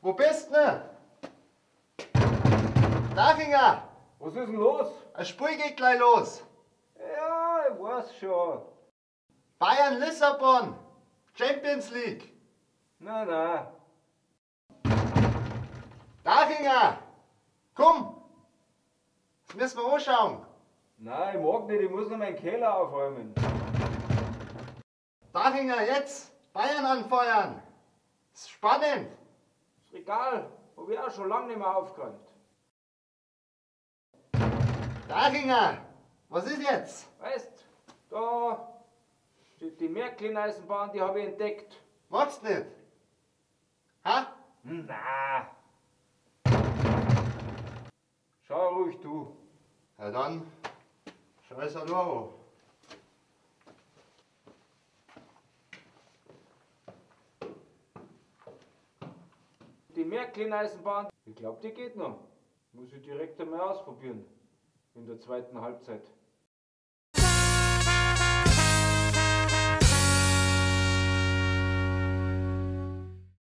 Wo bist denn? Dachinger, Was ist denn los? das Spiel geht gleich los. Ja, ich weiß schon. Bayern-Lissabon, Champions League. Na, na. Dachinger, komm, das müssen wir anschauen. Nein, ich mag nicht, ich muss noch meinen Keller aufräumen. Dachinger, jetzt Bayern anfeuern. Ist spannend. Das Regal habe ich auch schon lange nicht mehr aufgeräumt. Dachinger, was ist jetzt? Weißt, da steht die Märklin-Eisenbahn, die habe ich entdeckt. Magst nicht? Ha? Hm, Na. Schau ruhig du. Ja dann, scheiß an Euro. Die Märklin-Eisenbahn, ich glaube, die geht noch. Muss ich direkt einmal ausprobieren. In der zweiten Halbzeit.